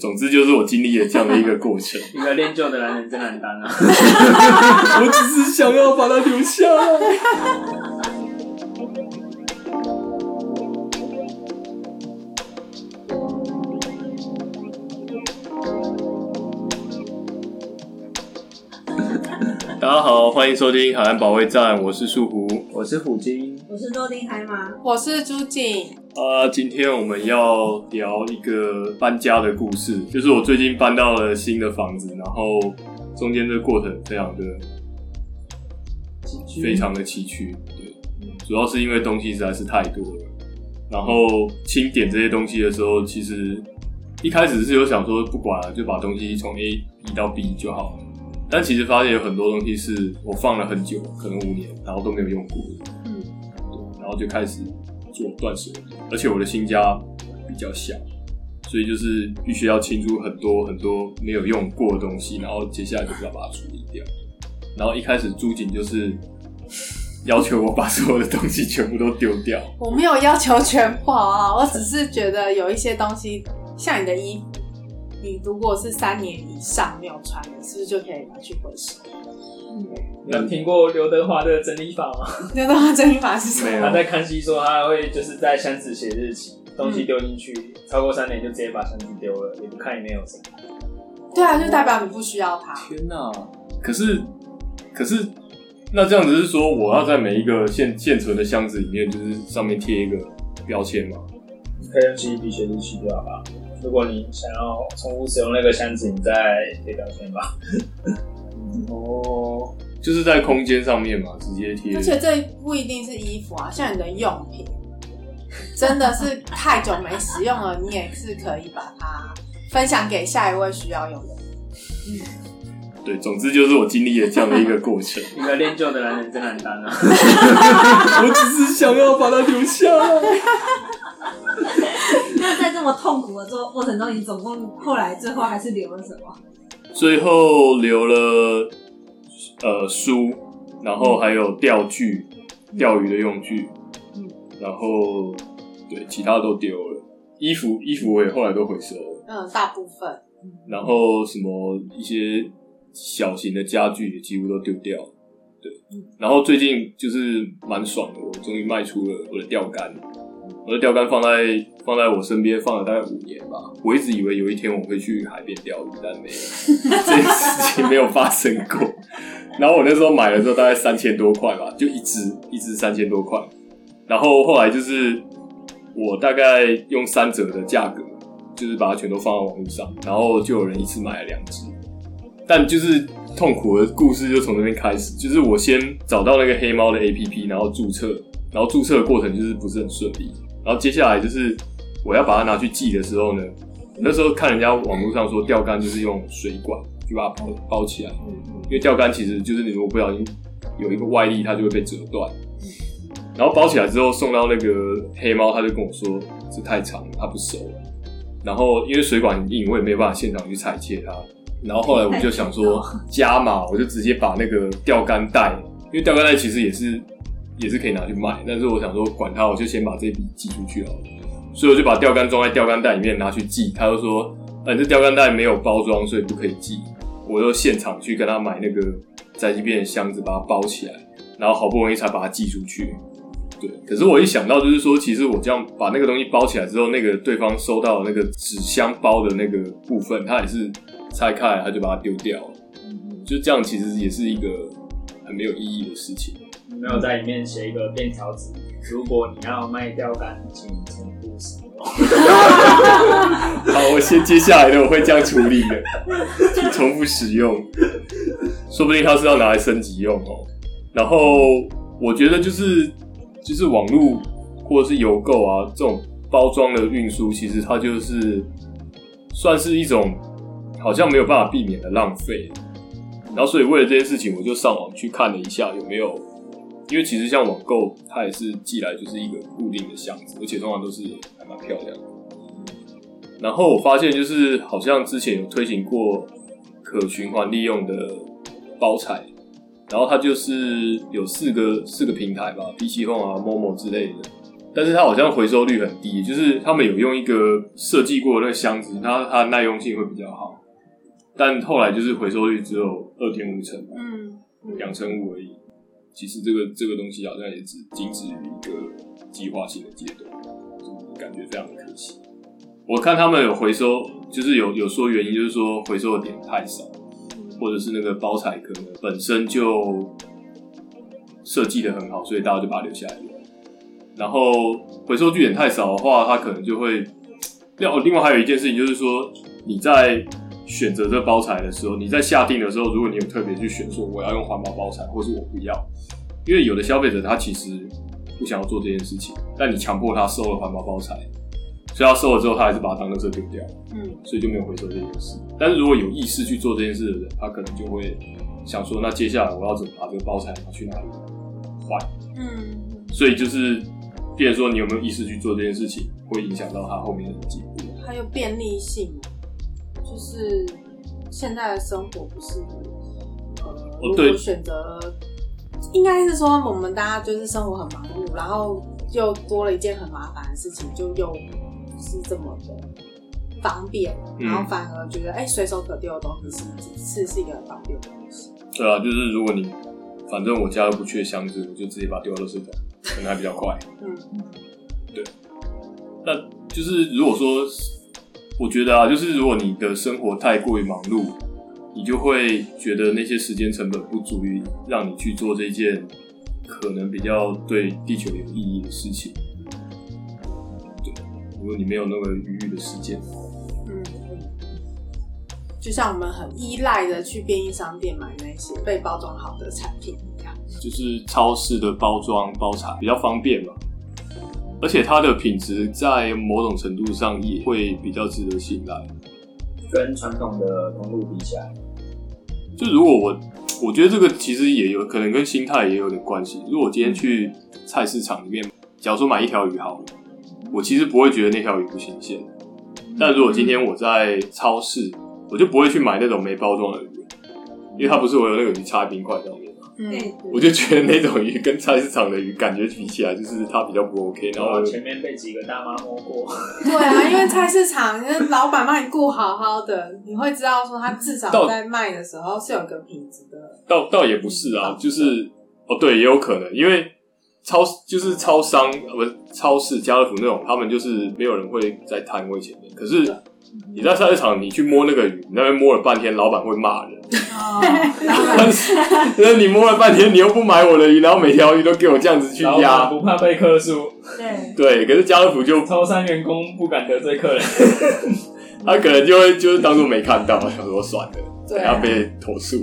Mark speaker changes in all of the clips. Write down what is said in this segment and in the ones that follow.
Speaker 1: 总之就是我经历了这样的一个过程，
Speaker 2: 一个练就的男人真难当啊！
Speaker 1: 我只是想要把它留下来。大家好，欢迎收听海岸保卫战，我是树胡。
Speaker 2: 我是虎鲸，
Speaker 3: 我是落定海马，
Speaker 4: 我是朱静，
Speaker 1: 啊、今天我们要聊一个搬家的故事，就是我最近搬到了新的房子，然后中间这个过程非常的
Speaker 2: 嗯
Speaker 1: 非常的崎岖，对，嗯主要是因为东西实在是太多了。然后清点这些东西的时候，其实一开始是有想说不管了，就把东西从 A 移到 B 就好了。但其实发现有很多东西是我放了很久，可能五年，然后都没有用过的，
Speaker 3: 嗯
Speaker 1: 对，然后就开始做断舍离。而且我的新家比较小，所以就是必须要清出很多很多没有用过的东西，然后接下来就是要把它处理掉。然后一开始朱景就是要求我把所有的东西全部都丢掉，
Speaker 4: 我没有要求全部啊， 我只是觉得有一些东西，像你的衣服，你如果是三年以上没有穿的，是不是就可以拿去回收？
Speaker 2: 你有听过刘德华的整理法吗？
Speaker 4: 那的话，真理法是什
Speaker 1: 没
Speaker 4: 么？
Speaker 1: 有
Speaker 2: 他在康熙说他会就是在箱子写日期，东西丢进去，超过三年就直接把箱子丢了，也不看里面有什么。
Speaker 4: 对啊，就代表你不需要它。
Speaker 1: 天哪、可是，可是，那这样子是说，我要在每一个现现存的箱子里面，就是上面贴一个标签吗？
Speaker 2: 可以用记忆笔写日期就好吧。如果你想要重复使用那个箱子，你再贴标签 吧。
Speaker 1: 哦，就是在空间上面嘛，直接贴
Speaker 4: 而。且这不一定是衣服啊，像你的用品，真的是太久没使用了，你也是可以把它分享给下一位需要用的人。
Speaker 1: 对，总之就是我经历了这样的一个过 程。
Speaker 2: 一个练就的男人真难当啊！
Speaker 1: 我只是想要把它留下来。
Speaker 3: 那在这么痛苦的做过程中，你总共后来最后还是留了什么？
Speaker 1: 最后留了呃书，然后还有钓具、
Speaker 4: 嗯
Speaker 1: 钓鱼的用具，
Speaker 3: 嗯
Speaker 1: 然后对其他都丢了。衣服衣服我也后来都回收了。
Speaker 4: 嗯，大部分
Speaker 1: 然后什么一些小型的家具也几乎都丢掉了，对。然后最近就是蛮爽的，我终于卖出了我的钓竿，我的钓竿放在放在我身边放了大概五年吧。我一直以为有一天我会去海边钓鱼，但没有，这件事情没有发生过。然后我那时候买的时候大概三千多块吧，就一只一只三千多块。然后后来就是我大概用三折的价格，就是把它全都放到网络上，然后就有人一次买了两只。但就是痛苦的故事就从这边开始，就是我先找到那个黑猫的 APP，然后注册，然后注册的过程就是不是很顺利，然后接下来就是我要把它拿去寄的时候呢，那时候看人家网络上说钓竿就是用水管去把它包包起来，因为钓竿其实就是你如果不小心有一个外力，它就会被折断。然后包起来之后送到那个黑猫，他就跟我说这太长了，它不熟。然后因为水管很硬，我也没办法现场去裁切它。然后后来我就想说加码，我就直接把那个钓竿带，因为钓竿带其实也是也是可以拿去卖，但是我想说管它，我就先把这笔寄出去好了。所以我就把钓竿装在钓竿袋里面拿去寄，他就说，呃，你这钓竿袋没有包装，所以不可以寄。我就现场去跟他买那个宅急便的箱子，把它包起来，然后好不容易才把它寄出去。对，可是我一想到就是说，其实我这样把那个东西包起来之后，那个对方收到的那个纸箱包的那个部分，他也是拆开来，他就把它丢掉了。就这样，其实也是一个很没有意义的事情。
Speaker 2: 你没有在里面写一个便条纸，如果你要卖钓竿，请重复使用。
Speaker 1: 好，我先接下来的我会这样处理的，就重复使用，说不定它是要拿来升级用哦。然后我觉得就是就是网络或者是邮购啊这种包装的运输，其实它就是算是一种好像没有办法避免的浪费。然后所以为了这件事情，我就上网去看了一下有没有，因为其实像网购它也是寄来就是一个固定的箱子，而且通常都是还蛮漂亮的。然后我发现就是好像之前有推行过可循环利用的包材，然后它就是有四个四个平台吧，PC Home 啊、Momo 之类的，但是它好像回收率很低，就是他们有用一个设计过的那个箱子，它它的耐用性会比较好，但后来就是回收率只有二点五成，
Speaker 4: 嗯，
Speaker 1: 两成五而已。其实这个这个东西好像也只仅止于一个计划性的阶段，感觉非常的可惜。我看他们有回收，就是有有说原因，就是说回收的点太少，或者是那个包材可能本身就设计的很好，所以大家就把它留下来用。然后回收据点太少的话，它可能就会。另另外还有一件事情就是说，你在选择这包材的时候，你在下定的时候，如果你有特别去选说我要用环保包材，或是我不要，因为有的消费者他其实不想要做这件事情，但你强迫他收了环保包材，所以他收了之后，他还是把它当垃圾丢掉，
Speaker 4: 嗯，
Speaker 1: 所以就没有回收这件事。但是如果有意识去做这件事的人，他可能就会想说，那接下来我要怎么把这个包材拿去哪里换？
Speaker 4: 嗯，
Speaker 1: 所以就是，变成说你有没有意识去做这件事情，会影响到他后面的进步。
Speaker 4: 还有便利性，就是现在的生活不是，呃，如
Speaker 1: 哦对
Speaker 4: 果选择，应该是说我们大家就是生活很忙碌，然后又多了一件很麻烦的事情，就又不是这么的方便，
Speaker 1: 嗯
Speaker 4: 然后反而觉得哎，随、手可丢的东西是是是一个很方便的东西。
Speaker 1: 对啊，就是如果你反正我家又不缺箱子，我就直接把它丢到垃圾桶，可能还比较快。
Speaker 4: 嗯，
Speaker 1: 那就是如果说，我觉得啊，就是如果你的生活太过于忙碌，你就会觉得那些时间成本不足以让你去做这件可能比较对地球有意义的事情。对，如果你没有那个余裕的时间，
Speaker 4: 嗯，就像我们很依赖的去便利商店买那些被包装好的产品一样。
Speaker 1: 就是超市的包装包材比较方便嘛，而且它的品质在某种程度上也会比较值得信赖。
Speaker 2: 跟传统的通路比起来，
Speaker 1: 就如果我，我觉得这个其实也有可能跟心态也有点关系。如果我今天去菜市场里面，假如说买一条鱼好了，我其实不会觉得那条鱼不新鲜。但如果今天我在超市，我就不会去买那种没包装的鱼，因为它不是我有那个鱼插冰块上面嘛，
Speaker 4: 嗯
Speaker 3: 对
Speaker 1: 我就觉得那种鱼跟菜市场的鱼感觉比起来，就是它比较不 OK。然
Speaker 2: 然
Speaker 1: 后
Speaker 2: 后前面被几个大妈摸过，
Speaker 4: 对啊，因为菜市场，那老板帮你顾好好的，你会知道说他至
Speaker 1: 到
Speaker 4: 少在卖的时候是有个品质的。
Speaker 1: 倒倒也不是
Speaker 2: 嗯
Speaker 1: 啊，就是哦，对，也有可能，因为超就是超商呃不是超市、家乐福那种，他们就是没有人会在摊位前面。可是
Speaker 2: 啊
Speaker 1: 你在菜市场，你去摸那个鱼，你那边摸了半天，老板会骂人。
Speaker 4: 哦，
Speaker 1: 但是但是你摸了半天，你又不买我的鱼，然后每条鱼都给我这样子去
Speaker 2: 老板
Speaker 1: 压。
Speaker 2: 不怕被客诉，
Speaker 3: 对，
Speaker 1: 对，可是家乐福就
Speaker 2: 超商员工不敢得罪客人。
Speaker 1: 他可能就会就是当做没看到，想说算了，
Speaker 4: 对
Speaker 1: 等下
Speaker 4: 啊，
Speaker 1: 被投诉。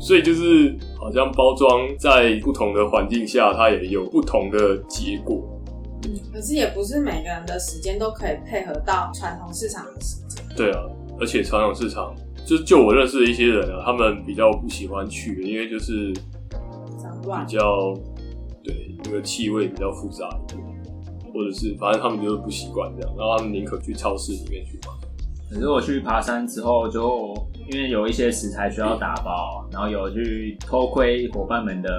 Speaker 1: 所以就是好像包装在不同的环境下，它也有不同的结果。
Speaker 4: 嗯可是也不是每个人的时间都可以配合到传统市场的时间。
Speaker 1: 对啊，而且传统市场，就就我认识的一些人啊，他们比较不喜欢去，因为就是
Speaker 4: 脏乱
Speaker 1: 比较对那个气味比较复杂一点，或者是反正他们就是不习惯这样，然后他们宁可去超市里面去买。
Speaker 2: 可是我去爬山之后就，因为有一些食材需要打包，然后有去偷窥伙伴们的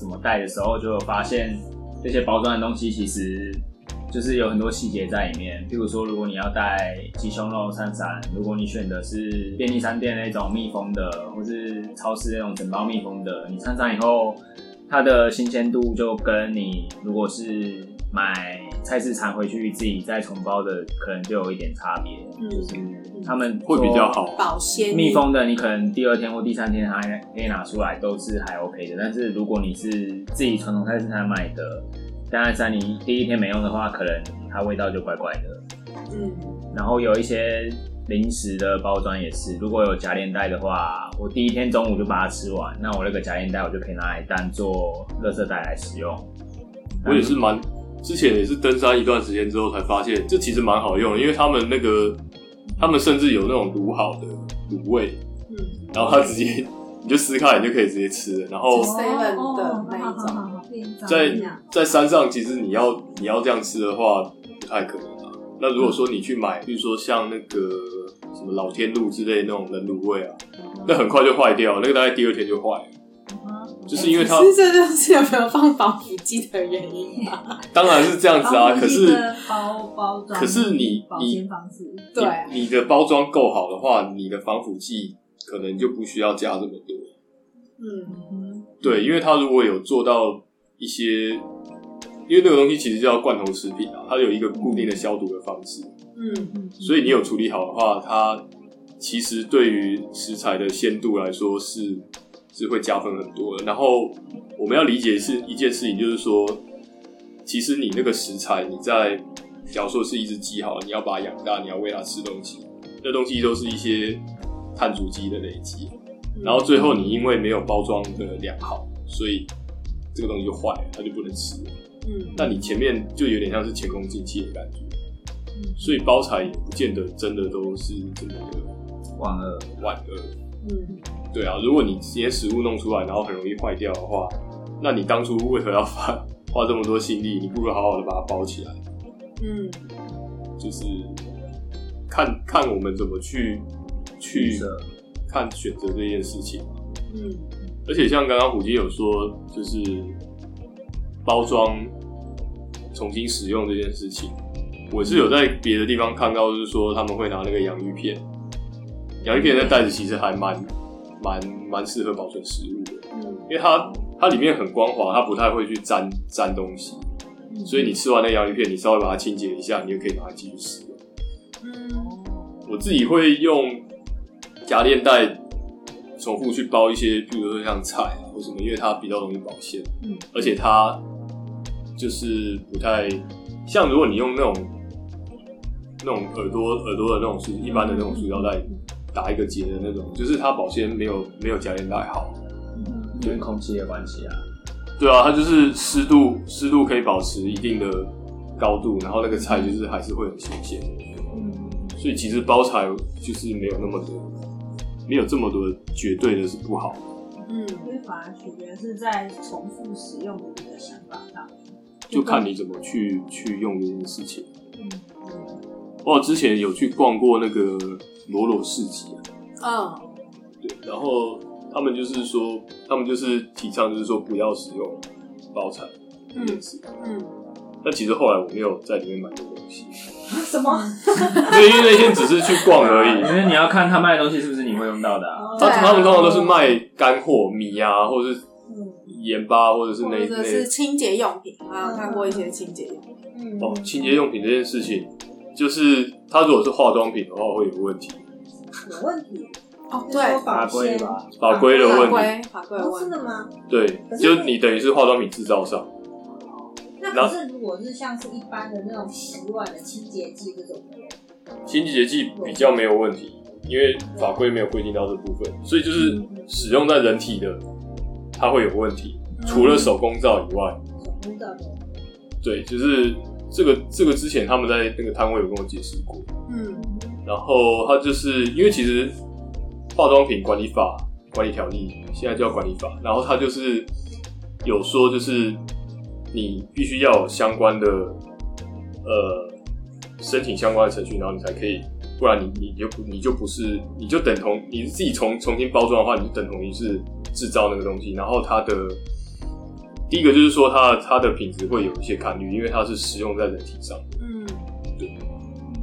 Speaker 2: 怎么带的时候，就有发现这些包装的东西其实就是有很多细节在里面。譬如说，如果你要带鸡胸肉散散，如果你选的是便利商店那种密封的，或是超市那种整包密封的，你散散以后，它的新鲜度就跟你如果是买菜市场回去自己再重包的，可能就有一点差别。
Speaker 4: 嗯，
Speaker 2: 他们
Speaker 1: 会比较好
Speaker 4: 保鲜
Speaker 2: 密封的，你可能第二天或第三天还可以拿出来，都是还 OK 的。但是如果你是自己传统菜市场买的，当然在你第一天没用的话，可能它味道就怪怪的。
Speaker 4: 嗯，
Speaker 2: 然后有一些零食的包装也是，如果有夹链袋的话，我第一天中午就把它吃完，那我那个夹链袋我就可以拿来当做垃圾袋来使用。
Speaker 1: 我也是蛮之前也是登山一段时间之后才发现，这其实蛮好用的，因为他们那个他们甚至有那种卤好的卤味，
Speaker 4: 嗯，
Speaker 1: 然后它直接你就撕开，你就可以直接吃了。然后
Speaker 4: 就 seven 的那一种
Speaker 3: 种
Speaker 1: 在在山上，其实你要你要这样吃的话，不太可能啊。那如果说你去买，比如说像那个什么老天露之类的那种冷卤味啊，那很快就坏掉，那个大概第二天就坏了。就是因为它
Speaker 4: 哎其实这就是有没有放防腐剂的原因 吧？
Speaker 1: 当然是这样子
Speaker 4: 哦
Speaker 1: 啊，可是
Speaker 3: 包包装，
Speaker 1: 可是你
Speaker 3: 保
Speaker 1: 你
Speaker 3: 鲜方式，
Speaker 4: 对啊
Speaker 1: 你你的包装够好的话，你的防腐剂可能就不需要加这么多。
Speaker 4: 嗯，
Speaker 3: 嗯
Speaker 1: 对，因为它如果有做到一些，因为那个东西其实叫罐头食品啊，它有一个固定的消毒的方式，
Speaker 4: 嗯，
Speaker 3: 嗯，
Speaker 1: 所以你有处理好的话，它其实对于食材的鲜度来说是是会加分很多的。然后我们要理解是一件事情，就是说，其实你那个食材，你在假如说是一只鸡好了，你要把它养大，你要喂它吃东西，那东西都是一些碳足迹的累积。
Speaker 4: 嗯
Speaker 1: 然后最后你因为没有包装的良好，所以这个东西就坏了，它就不能吃了。
Speaker 4: 嗯，
Speaker 1: 那你前面就有点像是前功尽弃的感觉，所以包材也不见得真的都是这么的
Speaker 2: 万恶。
Speaker 1: 万恶。
Speaker 4: 嗯，
Speaker 1: 对啊，如果你这些食物弄出来，然后很容易坏掉的话，那你当初为何要花花这么多心力？你不如好好的把它包起来，
Speaker 4: 嗯，
Speaker 1: 就是看看我们怎么去
Speaker 2: 取
Speaker 1: 去
Speaker 2: 舍
Speaker 1: 看选择这件事情。
Speaker 4: 嗯，
Speaker 1: 而且像刚刚虎鲸有说，就是包装重新使用这件事情，我是有在别的地方看到，就是说他们会拿那个洋芋片，洋芋片的袋子其实还蛮蛮蛮适合保存食物的，
Speaker 4: 嗯，
Speaker 1: 因为它它里面很光滑，它不太会去沾沾东西，
Speaker 3: 嗯
Speaker 1: 所以你吃完那洋芋片，你稍微把它清洁一下，你就可以把它继续使用。
Speaker 4: 嗯，
Speaker 1: 我自己会用夹链袋重复去包一些，比如说像菜啊或什么，因为它比较容易保鲜，
Speaker 3: 嗯，
Speaker 1: 而且它就是不太像如果你用那种那种耳朵耳朵的那种塑一般的那种塑料袋打一个结的那种，就是它保鲜没有没有夹链袋好。
Speaker 2: 因为空气的关系啊，
Speaker 1: 对啊，它就是湿度湿度可以保持一定的高度，然后那个菜就是还是会很新鲜。所以其实包材就是没有那么多，没有这么多绝对的是不好。
Speaker 4: 嗯，
Speaker 3: 所以反而取决是在重复使用的这个想法上面，
Speaker 1: 就看你怎么去去用这件事情。
Speaker 3: 嗯
Speaker 1: 我之前有去逛过那个罗罗市集、啊，
Speaker 4: 嗯，
Speaker 1: 对，然后他们就是说，他们就是提倡就是说不要使用包材这件事。
Speaker 4: 嗯，
Speaker 1: 但其实后来我没有在里面买过东西，
Speaker 3: 什么？
Speaker 1: 对，因为那天只是去逛而已。
Speaker 2: 因为你要看他卖的东西是不是你会用到的啊。
Speaker 1: 他
Speaker 4: 对啊
Speaker 1: 他们通常都是卖干货、米啊，或者是
Speaker 3: 嗯
Speaker 1: 盐巴，或者是那
Speaker 4: 或者
Speaker 1: 那
Speaker 4: 是清洁用品啊，我看过一些清洁用品，
Speaker 3: 嗯
Speaker 1: 哦，清洁用品这件事情，就是它如果是化妆品的话会有问题，
Speaker 3: 有问题，
Speaker 4: 哦，
Speaker 3: 就
Speaker 4: 对
Speaker 3: 说，
Speaker 2: 法
Speaker 3: 保
Speaker 2: 规
Speaker 3: 鲜
Speaker 2: 吧，
Speaker 1: 法规的
Speaker 4: 啊法
Speaker 1: 问题，
Speaker 4: 规法规有
Speaker 3: 哦，真
Speaker 4: 问题，
Speaker 3: 的吗？
Speaker 1: 对，
Speaker 3: 可是
Speaker 1: 就是你等于是化妆品制造商，
Speaker 3: 那可是如果是像是一般的那种洗碗的清洁剂这种的，
Speaker 1: 清洁剂比较没有问题，因为法规没有规定到这部分，所以就是使用在人体的，它会有问题，
Speaker 3: 嗯
Speaker 1: 除了手工皂以外，
Speaker 3: 手工皂的，
Speaker 1: 对，就是这个这个之前他们在那个摊位有跟我解释过，
Speaker 4: 嗯
Speaker 1: 然后它就是因为其实化妆品管理法、管理条例现在叫管理法，然后它就是有说，就是你必须要有相关的呃申请相关的程序，然后你才可以，不然你你就不你就不是你就等同你自己重重新包装的话，你就等同于是制造那个东西，然后它的。第一个就是说它，它的品质会有一些堪虑，因为它是使用在人体上。
Speaker 4: 嗯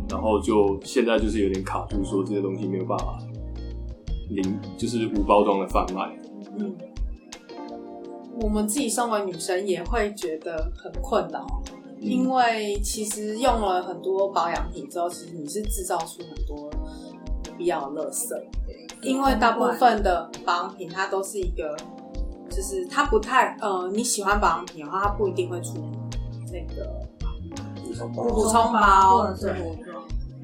Speaker 1: 然后就现在就是有点卡住，说这些东西没有办法零，就是无包装的贩卖。
Speaker 4: 嗯，我们自己身为女生也会觉得很困扰，因为其实用了很多保养品之后，其实你是制造出很多不必要的垃圾，因为大部分的保养品它都是一个，就是它不太呃，你喜欢保养品的话，它不一定会出这个补充包
Speaker 3: 或者是
Speaker 4: 对
Speaker 3: 裸妆，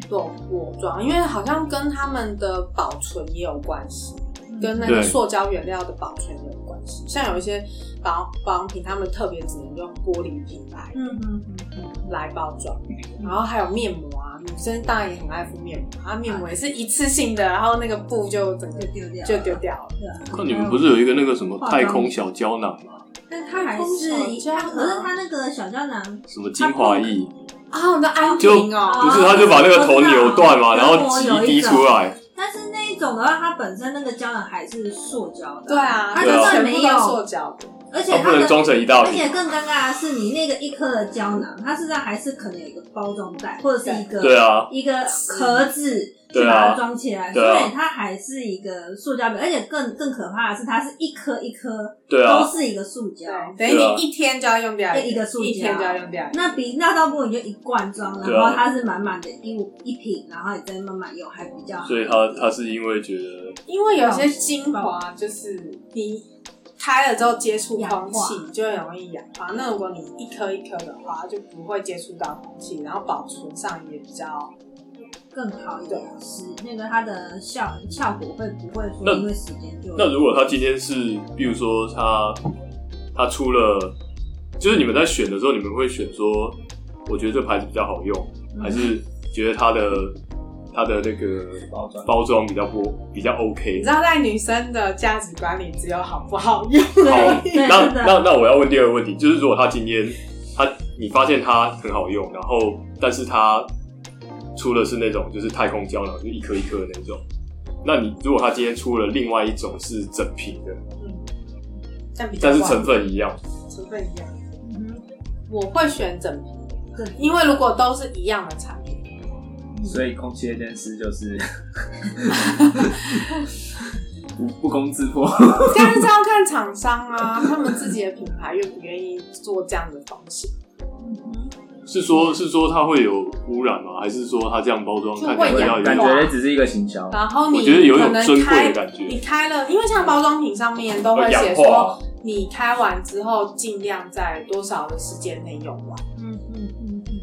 Speaker 4: 做果装，因为好像跟他们的保存也有关系，
Speaker 3: 嗯
Speaker 4: 跟那个
Speaker 1: 对
Speaker 4: 塑胶原料的保存也有关系。像有一些保保养品，他们特别只能用玻璃瓶来
Speaker 3: 嗯嗯
Speaker 4: 来包装，然后还有面膜啊，女生当然也很爱敷面膜，啊，面膜也是一次性的，然后那个布就整
Speaker 3: 嗯，
Speaker 4: 个
Speaker 3: 就丢掉，
Speaker 4: 就丢。掉了。
Speaker 3: 对啊，
Speaker 1: 看你们不是有一个那个什么太空小胶囊吗？
Speaker 3: 但它还是一，它可是它那个小胶囊，
Speaker 1: 什么精华液？
Speaker 4: 啊，那安
Speaker 1: 就
Speaker 4: 瓶哦，
Speaker 1: 不是，他就把那个头扭断嘛，然后挤滴出来。
Speaker 3: 但是那那种的话，它本身那个胶囊还是塑胶的，
Speaker 4: 对啊，
Speaker 3: 它
Speaker 1: 对啊
Speaker 3: 根本
Speaker 4: 全部
Speaker 3: 没
Speaker 4: 都
Speaker 3: 有，
Speaker 4: 塑胶的，
Speaker 3: 而且
Speaker 1: 它
Speaker 3: 它
Speaker 1: 不能
Speaker 3: 的，
Speaker 1: 装成一大
Speaker 3: 而且
Speaker 1: 瓶。
Speaker 3: 更尴尬的是，你那个一颗的胶囊，它事实上还是可能有一个包装袋或者是一个
Speaker 1: 对啊，
Speaker 3: 一个壳子去
Speaker 1: 对
Speaker 3: 把
Speaker 1: 啊
Speaker 3: 它装起来，所
Speaker 1: 对啊
Speaker 3: 以它还是一个塑胶饼，而且更更可怕的是，它是一颗一颗
Speaker 1: 对
Speaker 3: 都
Speaker 1: 啊，
Speaker 3: 是一个塑胶。
Speaker 4: 对，等于
Speaker 1: 对啊
Speaker 4: 你一天就要用掉
Speaker 3: 一个塑胶
Speaker 4: 一天就要用掉一个。
Speaker 3: 那比那倒不如你就一罐装，
Speaker 1: 对
Speaker 3: 然
Speaker 1: 啊
Speaker 3: 后它是满满的一一瓶，然后你再慢慢用，还比较好。
Speaker 1: 所以他他是因为觉得
Speaker 4: 因为有些精华就是你开了之后接触
Speaker 3: 氧
Speaker 4: 空
Speaker 3: 化
Speaker 4: 气就会容易氧化，那如果你一颗一颗的话，它就不会接触到空气，然后保存上也比较
Speaker 3: 更好一点，是那个它的效效果会不会
Speaker 1: 那
Speaker 3: 说因为时间就
Speaker 1: 那如果他今天是，比如说他他出了，就是你们在选的时候，你们会选说，我觉得这牌子比较好用，
Speaker 3: 嗯
Speaker 1: 还是觉得它的它的那个
Speaker 2: 包装
Speaker 1: 包装比较不比较 OK？
Speaker 4: 你知道，在女生的价值观里，只有好不好 用。
Speaker 1: 好，
Speaker 3: 对
Speaker 1: 那
Speaker 3: 真的
Speaker 1: 那那我要问第二个问题，就是如果他今天他你发现它很好用，然后但是它出的是那种就是太空胶囊，就是一颗一颗的那种，那你如果他今天出了另外一种是整瓶的，
Speaker 4: 嗯，但比较
Speaker 1: 但是
Speaker 4: 晚
Speaker 1: 成分一样，
Speaker 4: 成分一样，
Speaker 3: 嗯
Speaker 4: 我会选整瓶，
Speaker 3: 哼更
Speaker 4: 因为如果都是一样的产 品，
Speaker 2: 所以空气这件事就是不不攻自破。
Speaker 4: 但是这要看厂商啊，他们自己的品牌愿不愿意做这样的东西，
Speaker 1: 是说是说它会有污染吗？还是说它这样包装
Speaker 4: 就
Speaker 1: 看起来
Speaker 4: 会
Speaker 1: 比较
Speaker 4: 氧
Speaker 1: 有
Speaker 4: 化
Speaker 1: 点
Speaker 2: 感觉只是一个行销，
Speaker 4: 然后你
Speaker 1: 我觉得有一
Speaker 4: 可
Speaker 1: 种
Speaker 4: 能
Speaker 1: 尊贵
Speaker 4: 开
Speaker 1: 的感觉
Speaker 4: 你开了，因为像包装品上面都会写
Speaker 1: 氧化
Speaker 4: 说，你开完之后尽量在多少的时间内用完。
Speaker 3: 嗯嗯嗯嗯，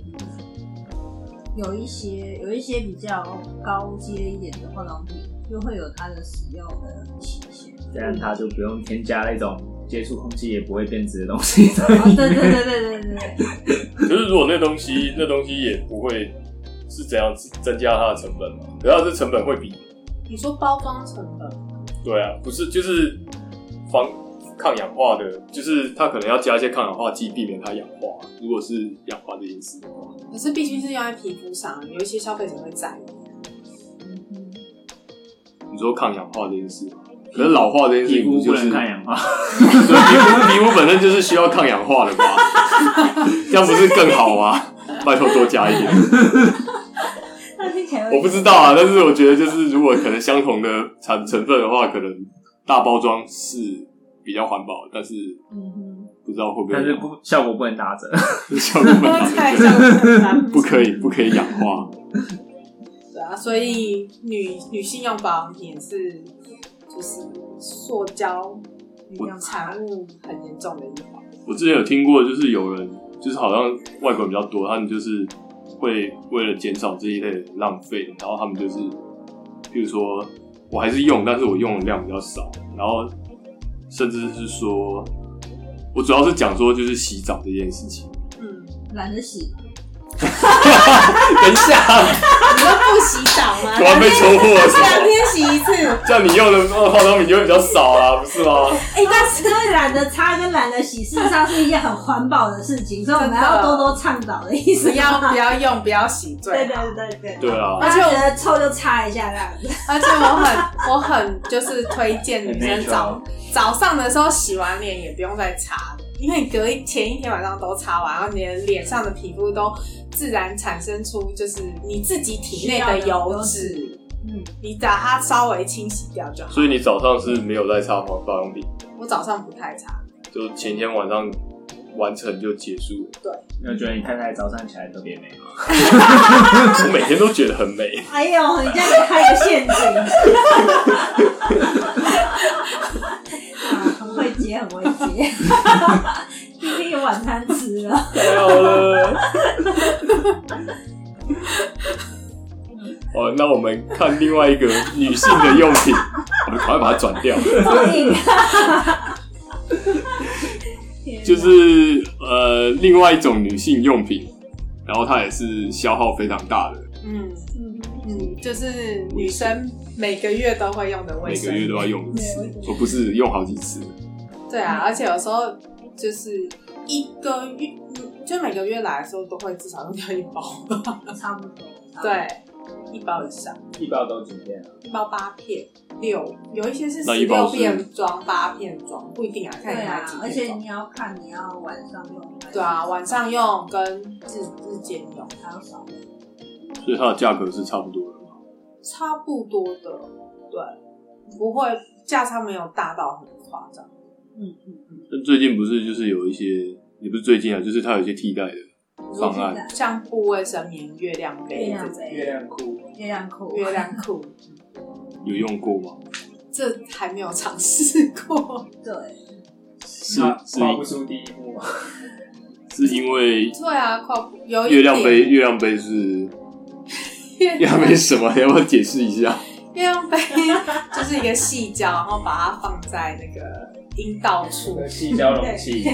Speaker 3: 有一些有一些比较高阶一点的化妆品，就会有它的使用的期限。
Speaker 2: 这样它就不用添加那种接触空气也不会变质的东西。
Speaker 3: 哦，对对对对对对，
Speaker 1: 可是如果那东西那东西也不会是怎样增加它的成本嘛？啊主要是成本会比
Speaker 4: 你说包装成本，
Speaker 1: 对啊，不是就是防抗氧化的，就是它可能要加一些抗氧化剂，避免它氧化。如果是氧化这件事的话，
Speaker 4: 可是毕竟是用在皮肤上，有一些消费者会在意。
Speaker 1: 你说抗氧化这件事，可是老化这件事
Speaker 2: 皮
Speaker 1: 情
Speaker 2: 肤不
Speaker 1: 就是
Speaker 2: 能看氧化，
Speaker 1: 对皮肤皮肤本身就是需要抗氧化的吧？这样不是更好吗？拜托多加一点。
Speaker 3: 那听起来
Speaker 1: 我不知道啊，但是我觉得就是如果可能相同的成成分的话，可能大包装是比较环保，但是
Speaker 3: 嗯哼，
Speaker 1: 不知道会不会
Speaker 2: 但是不效果不能打折。
Speaker 1: 效果
Speaker 4: 太像很难
Speaker 1: 不可以不可以氧化。
Speaker 4: 啊对啊，所以女女性用保养品也是就是塑胶
Speaker 3: 比较麻烦。
Speaker 4: 产物很严重的一环。
Speaker 1: 我之前有听过，就是有人就是好像外国人比较多，他们就是会为了减少这一类的浪费，然后他们就是，譬如说我还是用，但是我用的量比较少，然后甚至是说，我主要是讲说就是洗澡这件事情。
Speaker 4: 嗯，
Speaker 3: 懒得洗，
Speaker 1: 等一下，
Speaker 4: 你说不洗澡吗？
Speaker 1: 突 然被
Speaker 4: 两
Speaker 1: 戳
Speaker 4: 天
Speaker 1: 破了什
Speaker 4: 两
Speaker 1: 么？
Speaker 4: 天洗一次，哎、
Speaker 1: 这样你用的化妆品就会比较少啊，不是吗？
Speaker 4: 但是
Speaker 3: 因为懒得擦跟懒得洗，事实上是一件很环保的事情，所以我们要多多倡导的意
Speaker 4: 不
Speaker 3: 思。
Speaker 4: 要不要用，不要洗最
Speaker 3: 对
Speaker 4: 好。
Speaker 3: 对对对
Speaker 1: 对啊，
Speaker 3: 大家觉得臭就擦一下这样子。
Speaker 4: 而且我很 我很就是推荐女生早早上的时候洗完脸也不用再擦了，因为隔一前一天晚上都擦完，然后你的脸上的皮肤都自然产生出就是你自己体内的油
Speaker 3: 需要的
Speaker 4: 脂，
Speaker 3: 嗯，
Speaker 4: 你把它稍微清洗掉就好。
Speaker 1: 所以你早上是没有在擦保养品，
Speaker 4: 我早上不太擦，
Speaker 1: 就前一天晚上完成就结束了。
Speaker 2: 我觉得你太太早上起来特别美，
Speaker 1: 我每天都觉得很美。
Speaker 3: 哎呦，你这样子开个陷阱。 啊，很会接，很会 接。今天有晚餐吃了，
Speaker 1: 太好了。哦，那我们看另外一个女性的用品，我们赶快把它转掉。
Speaker 3: 报应。
Speaker 1: 就是呃，另外一种女性用品，然后它也是消耗非常大的，
Speaker 4: 嗯嗯，就是女生每个月都会用的卫
Speaker 1: 每个
Speaker 4: 生棉啊
Speaker 1: 月都要用一次
Speaker 3: 对为什，么
Speaker 2: 嗯
Speaker 1: 我不是用好几次。
Speaker 4: 对啊，而且有时候就是一个月，嗯就每个月来的时候都会至少用掉一包。
Speaker 3: 差不多。差不多
Speaker 4: 对，一包以上，
Speaker 2: 一包都几片啊？
Speaker 4: 一包八片，六有一些是
Speaker 1: 那
Speaker 4: 十
Speaker 1: 一包
Speaker 4: 六
Speaker 1: 是
Speaker 4: 片装，八片装不一定啊，看你
Speaker 3: 对
Speaker 4: 买
Speaker 3: 啊
Speaker 4: 几，
Speaker 3: 而
Speaker 4: 片
Speaker 3: 且
Speaker 4: 装。
Speaker 3: 你要看你要晚上用还是
Speaker 4: 对啊，晚上用跟日日间用
Speaker 3: 还要少量。
Speaker 1: 所以它的价格是差不多的嘛。
Speaker 4: 差不多的，对，不会价差没有大到很夸张。
Speaker 3: 嗯嗯嗯，
Speaker 1: 但最近不是就是有一些，也不是最近啊，就是它有一些替代的方
Speaker 3: 替代
Speaker 1: 案，
Speaker 4: 像部卫生棉、月亮
Speaker 3: 月
Speaker 4: 杯、
Speaker 3: 亮
Speaker 2: 月
Speaker 3: 杯、
Speaker 2: 亮裤，
Speaker 3: 月亮裤、
Speaker 4: 月亮裤，
Speaker 1: 有用过吗？
Speaker 4: 这还没有尝试过。
Speaker 3: 对，
Speaker 1: 是
Speaker 2: 跨
Speaker 1: 是
Speaker 2: 跨不出第一啊步嘛？
Speaker 1: 是因为
Speaker 4: 对啊，跨步有一
Speaker 1: 月亮杯，
Speaker 4: 点
Speaker 1: 月亮杯是
Speaker 4: 月
Speaker 1: 月亮杯是什么？ 你要不要解释一下？
Speaker 4: 月亮杯 就是一个细胶，然后把它放在那个阴道处
Speaker 2: 这，个气胶容器，
Speaker 4: 对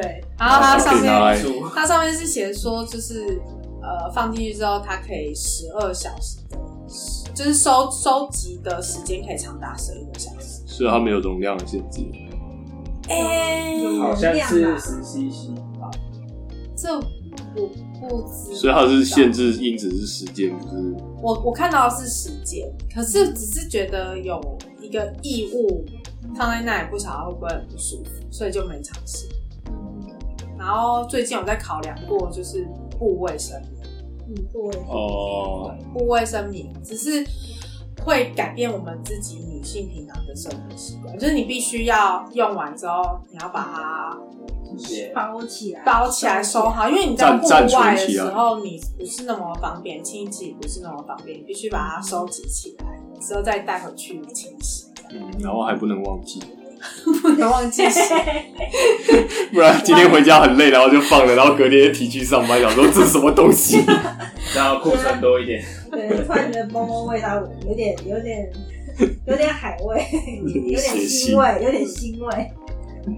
Speaker 4: 对，然后它上
Speaker 1: 可以拿
Speaker 4: 面
Speaker 1: 来
Speaker 2: 出
Speaker 4: 它上面是写说，就是呃放进去之后，它可以十二小时的，就是收收集的时间可以长达十二个小时。
Speaker 1: 所以它没有容量的限制，
Speaker 4: 哎、
Speaker 2: 好像
Speaker 3: 有
Speaker 2: 是
Speaker 3: 量吧
Speaker 2: 十 CC 吧？
Speaker 4: 这我不知道，
Speaker 1: 所以它是限制因子是时间，不是
Speaker 4: 我我看到的是时间，可是只是觉得有一个异物放在那里，不晓得会不会很不舒服，所以就没尝试。
Speaker 3: 嗯
Speaker 4: 然后最近有在考量过，就是布卫生棉，
Speaker 3: 嗯，对，
Speaker 1: 哦，
Speaker 4: 布卫生棉只是会改变我们自己女性平常的生活习惯，就是你必须要用完之后，你要把它
Speaker 2: 谢
Speaker 3: 包起来，
Speaker 4: 包起来收 好，因为你在
Speaker 1: 暂
Speaker 4: 户
Speaker 1: 暂存
Speaker 4: 外的
Speaker 1: 起
Speaker 4: 时
Speaker 1: 来
Speaker 4: 候，你不是那么方便，清洗不是那么方便，你必须把它收集起来，之后再带回去清洗。
Speaker 1: 嗯，然后还不能忘记，
Speaker 4: 不能忘记洗，
Speaker 1: 不然今天回家很累，然后就放了，然后隔天提去上班，想说这是什么东西？
Speaker 2: 然后库存多一点，
Speaker 5: 对，突然觉得蜂蜂味道有点、有点、有点海味，有点腥味，有点腥味。嗯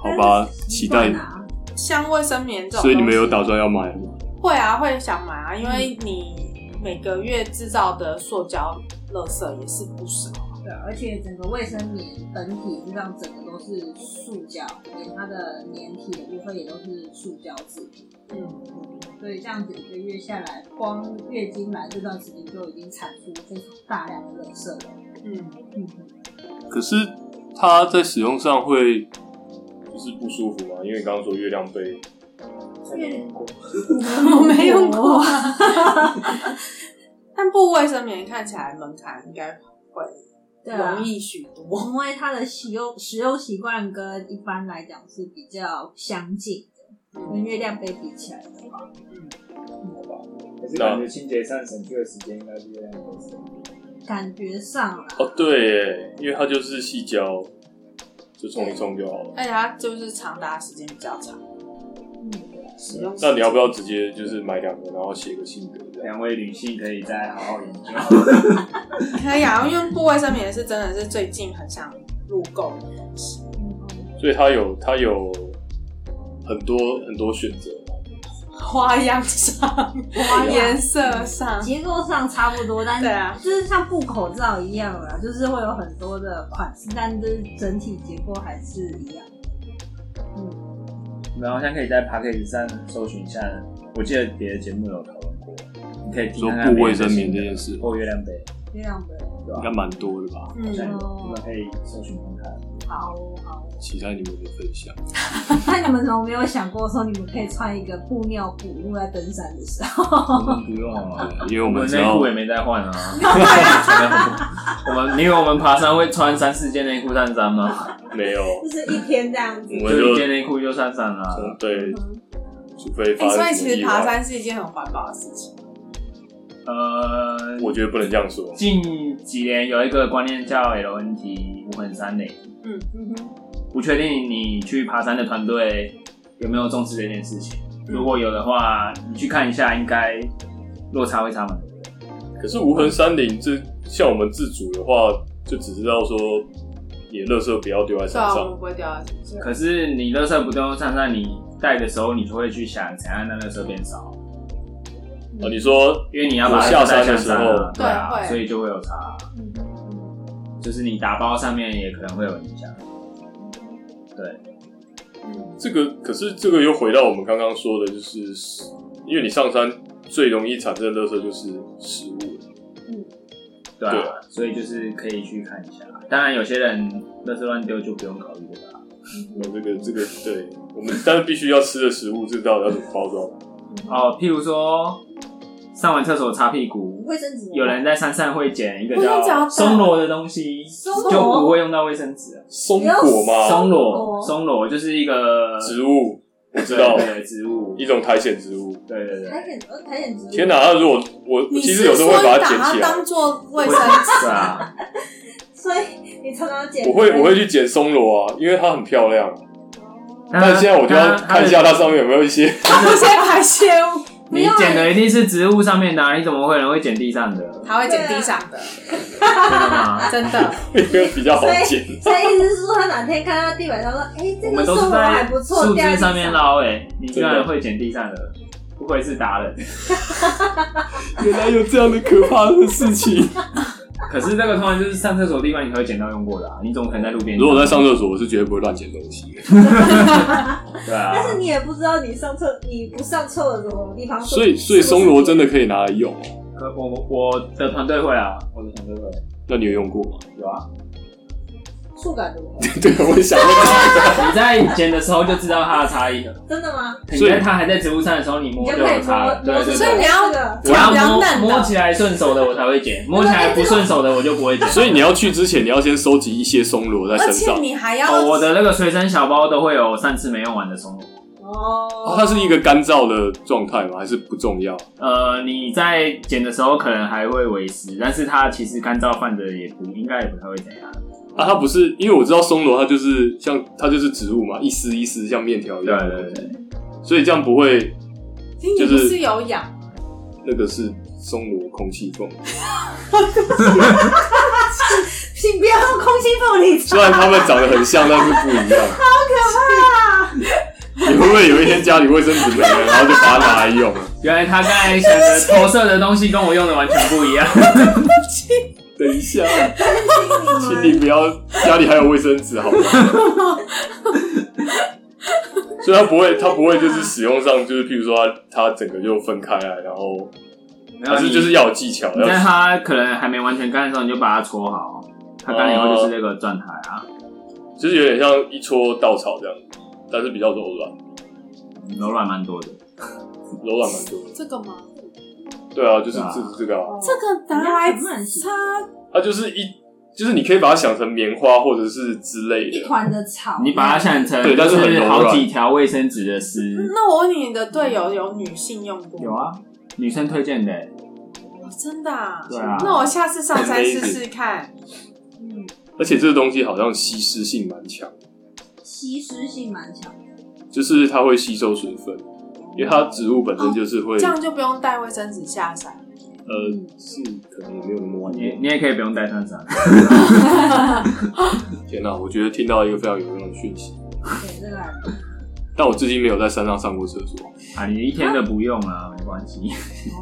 Speaker 1: 好吧，期
Speaker 3: 习
Speaker 1: 待
Speaker 3: 惯。啊，
Speaker 4: 像卫生棉这种，
Speaker 1: 所以你们有打？算要嗯买吗？
Speaker 4: 会啊，会想买啊，因为你每个月制造的塑胶垃圾也是不少。
Speaker 3: 对，而且整个卫生棉本体是让整个都是塑胶，连它的粘体的部分也都是塑胶制品，
Speaker 4: 嗯，
Speaker 3: 所以这样子一个月下来，光月经来这段时间就已经产出非常大量的热色了。
Speaker 4: 嗯，
Speaker 3: 嗯，
Speaker 1: 可是它在使用上会就是不舒服嘛？因为你刚刚说月亮杯，
Speaker 4: 我没用过啊。但布卫生棉看起来门槛应该会
Speaker 3: 对啊
Speaker 4: 容易许多。
Speaker 3: 因为它的使用使用习惯跟一般来讲是比较相近的，跟月亮杯比起来的话，
Speaker 2: 可是感觉清洁上省去的时间应该是月亮公司。
Speaker 3: 感觉上啦，
Speaker 1: 哦，对耶，因为它就是细胶，就冲一冲就好了。
Speaker 4: 而且它就是长达时间比较长，
Speaker 3: 嗯，
Speaker 4: 使用时间
Speaker 1: 那你要不要直接就是买两个，然后写个性格这样？
Speaker 2: 两位女性可以再好好研究。
Speaker 4: 可以啊？因为布卫生棉是真的是最近很想入购的东西，
Speaker 3: 嗯
Speaker 1: 所以它有它有很多很多选择嘛。
Speaker 4: 花样上、
Speaker 3: 花样
Speaker 4: 颜色 上，
Speaker 3: 结构上差不多，但
Speaker 4: 对啊
Speaker 3: 是就是像布口罩一样啦，就是会有很多的款式，但就是整体结构还是一样。
Speaker 2: 你们好像可以在 p a c k a g e 上搜寻一下，我记得别的节目有讨论过，你可以听
Speaker 1: 说
Speaker 2: 看看
Speaker 1: 布
Speaker 2: 别
Speaker 1: 卫
Speaker 2: 人的
Speaker 1: 生棉
Speaker 2: 心得
Speaker 1: 这件事吗
Speaker 2: 或月亮杯，
Speaker 3: 月亮杯，
Speaker 2: 对
Speaker 1: 应该
Speaker 2: 吧？
Speaker 1: 蛮多的吧？
Speaker 2: 好像
Speaker 4: 嗯，
Speaker 2: 有你们可以搜寻看 看。
Speaker 3: 好好。
Speaker 1: 期待你们的分享。
Speaker 3: 那你们怎么没有想过说你们可以穿一个布尿布，如果在登山的时候？
Speaker 2: 我们不用啊，
Speaker 1: 因为我
Speaker 2: 我
Speaker 1: 们
Speaker 2: 们
Speaker 1: 知
Speaker 2: 内
Speaker 1: 道
Speaker 2: 裤也没在换啊。 我们因为我们爬山会穿三四件内裤上山吗？
Speaker 1: 没有，
Speaker 5: 就是一天这样子，
Speaker 1: 我们
Speaker 2: 就
Speaker 1: 就
Speaker 2: 一件内裤就上山了。
Speaker 1: 对，
Speaker 3: 嗯
Speaker 1: 除非
Speaker 4: 啊哎、
Speaker 1: 发
Speaker 4: 所以
Speaker 1: 生
Speaker 4: 其
Speaker 1: 什么意
Speaker 4: 实爬
Speaker 1: 外，
Speaker 4: 山是一件很环保的事情。
Speaker 2: 呃，
Speaker 1: 我觉得不能这样说。
Speaker 2: 近几年有一个观念叫 LNT 无痕山垒，
Speaker 4: 嗯
Speaker 3: 嗯哼，
Speaker 2: 不确定你去爬山的团队有没有重视这件事情。
Speaker 1: 嗯
Speaker 2: 如果有的话，你去看一下，应该落差会差蛮多的。
Speaker 1: 可是无痕山林这像我们自主的话，就只知道说也垃圾不要丢在
Speaker 4: 对
Speaker 1: 山
Speaker 4: 啊，我们
Speaker 1: 上，
Speaker 4: 不会掉在身上。
Speaker 2: 可是你垃圾不丢上山，你带的时候，你就会去想怎样让垃圾变少，
Speaker 1: 啊，
Speaker 3: 嗯
Speaker 1: 你说
Speaker 2: 因为你要把
Speaker 1: 我下山的
Speaker 2: 的
Speaker 1: 时候
Speaker 2: 对啊
Speaker 4: 对，会
Speaker 2: 所以就会有差。
Speaker 3: 嗯哼，
Speaker 2: 就是你打包上面也可能会有影响。对，
Speaker 4: 嗯，
Speaker 1: 这个，可是这个又回到我们刚刚说的，就是因为你上山最容易产生的垃圾就是食物了。
Speaker 2: 对
Speaker 1: 对
Speaker 2: 啊，所以就是可以去看一下。当然，有些人垃圾乱丢就不用考虑了啊啦。
Speaker 1: 那这个这个，对我们但是必须要吃的食物，这到底要怎么包装？
Speaker 2: 哦，譬如说上完厕所擦屁股，
Speaker 5: 卫生纸吗
Speaker 2: 有人在山上会捡
Speaker 5: 哦
Speaker 2: 一个
Speaker 4: 卫生纸要
Speaker 2: 叫
Speaker 4: 带
Speaker 2: 松萝的东西，
Speaker 5: 松
Speaker 2: 就不
Speaker 5: 萝
Speaker 2: 会用到卫生纸了。
Speaker 1: 松果吗？
Speaker 2: 松
Speaker 5: 哦
Speaker 2: 萝，松萝就是一个
Speaker 1: 植物，我
Speaker 2: 对，
Speaker 1: 知道
Speaker 2: 对植物，
Speaker 1: 一种苔藓植物。
Speaker 2: 对对对，
Speaker 5: 苔藓呃苔藓植物，
Speaker 1: 天哪！那如果我我
Speaker 4: 你
Speaker 1: 其实
Speaker 4: 是
Speaker 1: 有时
Speaker 4: 说你
Speaker 1: 候会把
Speaker 4: 它
Speaker 1: 它捡起来，
Speaker 4: 当做卫生纸？
Speaker 2: 对啊，
Speaker 5: 所以你常常捡，
Speaker 1: 我会我会去捡松螺啊，因为它很漂亮。 啊但
Speaker 2: 那
Speaker 1: 现在我就要
Speaker 2: 它
Speaker 1: 看一下它上面有没有一些
Speaker 4: 它不是排泄物，
Speaker 2: 你捡
Speaker 5: 哎
Speaker 2: 的一定是植物上面的、啊，你怎么会有人会捡地上 的？真
Speaker 4: 它会捡地上的，
Speaker 2: 的吗？
Speaker 4: 真 的。
Speaker 1: 一个比较好捡。
Speaker 5: 所以意思是说，他哪天看到地板上说，哎、
Speaker 2: 我
Speaker 5: 这
Speaker 2: 们
Speaker 5: 个
Speaker 2: 都
Speaker 5: 送
Speaker 2: 是
Speaker 5: 我还
Speaker 2: 在
Speaker 5: 不错，
Speaker 2: 树
Speaker 5: 掉地
Speaker 2: 枝上面捞诶、你居
Speaker 1: 真
Speaker 2: 然
Speaker 1: 的
Speaker 2: 会捡地上的，不愧是达人。
Speaker 1: 原来有这样的可怕的事情。
Speaker 2: 可是这个通常就是上厕所的地方你才会捡到用过的、啊，你怎么可能在路 边？
Speaker 1: 如果在上厕所，我是绝对不会乱捡东西的。
Speaker 2: 对啊，
Speaker 5: 但是你也不知道你上厕你不上厕的什么地方，
Speaker 1: 所以，所以松螺真的可以拿来用哦。
Speaker 2: 可我我的团队会啊，我的团队会
Speaker 1: 那你有用过吗？
Speaker 2: 有啊。
Speaker 5: 触感的吗，
Speaker 1: 对，我也想问。
Speaker 2: 你在捡的时候就知道它的差异了。
Speaker 5: 真的吗？
Speaker 2: 你
Speaker 1: 所以
Speaker 2: 在它还在植物上的时候，你摸
Speaker 5: 你就
Speaker 2: 就
Speaker 5: 可以
Speaker 2: 有差
Speaker 5: 摸
Speaker 2: 了。对
Speaker 5: 摸
Speaker 2: 对
Speaker 5: 出
Speaker 4: 所以
Speaker 2: 对
Speaker 4: 你。要
Speaker 5: 这
Speaker 2: 我要
Speaker 4: 比较
Speaker 2: 摸
Speaker 4: 嫩的
Speaker 2: 摸起来顺手的我才会捡，摸起来不顺手的我就不会捡。
Speaker 1: 所以你要去之前，你要先收集一些松螺在身
Speaker 4: 而且
Speaker 1: 上。
Speaker 4: 你还要
Speaker 2: 哦，我的那个随身小包都会有上次没用完的松露。
Speaker 5: 个哦
Speaker 1: 哦，它是一个干燥的状态吗？还是不重要？
Speaker 2: 呃，你在剪的时候可能还会为湿，但是它其实干燥泛着也不应该也不太会怎样。
Speaker 1: 啊，它不是，因为我知道松螺它就是像它就是植物嘛，一丝一丝像面条一
Speaker 2: 对
Speaker 1: 样。
Speaker 2: 对对，
Speaker 1: 所以这样不会，
Speaker 4: 你
Speaker 1: 就是
Speaker 4: 你不是有养？
Speaker 1: 那个是松螺空气凤。
Speaker 5: 请不要用空气凤梨
Speaker 1: 虽然它们长得很像，但是不一样。
Speaker 5: 啊！
Speaker 1: 你会不会有一天家里卫生纸没了，然后就把它拿来用了？啊
Speaker 2: 原来他刚才想的投射的东西跟我用的完全不 一样。
Speaker 1: 等一 下，请你不要，家里还有卫生纸 好吗？所以它不会，它不会就是使用上，就是譬如说它它整个就分开来，然后
Speaker 2: 没有啊
Speaker 1: 还是就是要有技巧，
Speaker 2: 你在
Speaker 1: 要
Speaker 2: 它可能还没完全干的时候，你就把它搓好，它干了以后就是那个状态啊。
Speaker 1: 就是有点像一撮稻草这样，但是比较柔软，
Speaker 2: 柔软蛮多的，
Speaker 1: 柔软蛮多的。
Speaker 4: 这个吗？
Speaker 1: 对啊，就是
Speaker 2: 对啊
Speaker 1: 这这个
Speaker 3: 哦
Speaker 1: 啊，
Speaker 4: 这个拿来
Speaker 3: 你要很
Speaker 4: 擦，
Speaker 1: 它就是一，就是你可以把它想成棉花或者是之类
Speaker 3: 一
Speaker 1: 的，
Speaker 3: 团的草，
Speaker 2: 你把它想成
Speaker 1: 对但是
Speaker 2: 就
Speaker 1: 很柔软
Speaker 2: 好几条卫生纸的丝。
Speaker 4: 那我问你，你的队友有女性用过？
Speaker 2: 有啊，女生推荐的、
Speaker 4: 哦，真的、啊。
Speaker 2: 对啊
Speaker 4: 那我下次上山试试看。
Speaker 3: 嗯，
Speaker 1: 而且这个东西好像吸湿性蛮强，
Speaker 3: 吸湿性蛮强的，
Speaker 1: 就是它会吸收水分，因为它植物本身就是会，
Speaker 4: 哦这样就不用带卫生纸下山。
Speaker 1: 呃，是可能也没有那么完
Speaker 2: 你
Speaker 1: 美。
Speaker 2: 你也可以不用带上山。
Speaker 1: 天哪、我觉得听到一个非常有用的讯息，
Speaker 3: 对，这个还不
Speaker 1: 但我至今没有在山上上过厕所，
Speaker 2: 啊，你一天的不用啊，没关系。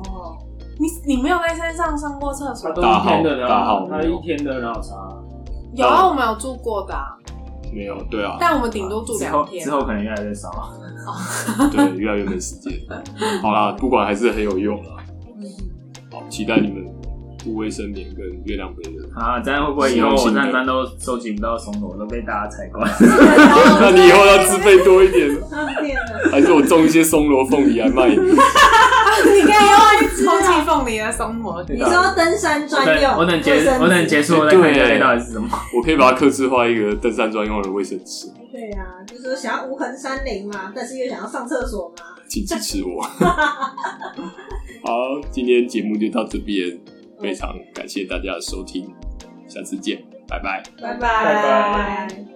Speaker 3: 错哦，
Speaker 4: 你你没有在山上上过厕所？
Speaker 1: 大号大号
Speaker 2: 他
Speaker 1: 没有
Speaker 2: 一天的然后差。
Speaker 4: 有啊，我们有住过的、啊，
Speaker 1: 没有，对 啊，
Speaker 4: 但我们顶多住
Speaker 2: 之
Speaker 4: 两
Speaker 2: 后
Speaker 4: 天。啊
Speaker 2: 之后可能越来越少。
Speaker 1: 对，越来越没时间。好啦，不管还是很有用啦，
Speaker 3: 嗯，
Speaker 1: 好，期待你们护卫生棉跟月亮杯的。
Speaker 2: 啊，这样会不会以后我上山都收集不到松果，都被大家采 光？
Speaker 1: 那你以后要自备多一点，
Speaker 3: 啊
Speaker 5: 天哪，
Speaker 1: 还是我种一些松萝凤梨来啊卖你？
Speaker 4: 你可以啊用空气凤梨的松膜。
Speaker 5: 你说登山
Speaker 2: 我
Speaker 5: 专
Speaker 2: 等
Speaker 5: 用，
Speaker 2: 啊我等
Speaker 5: 卫
Speaker 2: 结
Speaker 5: 生纸
Speaker 2: 我等结束我再看这个到底是什么。
Speaker 1: 我可以把它刻制化一个登山专用的卫生纸，
Speaker 5: 对啊，就是想要无痕山林嘛，但是又想要上厕所嘛。
Speaker 1: 请支持我。好，今天节目就到这边，非常感谢大家的收听，下次见，拜拜。
Speaker 5: 拜拜
Speaker 2: 拜拜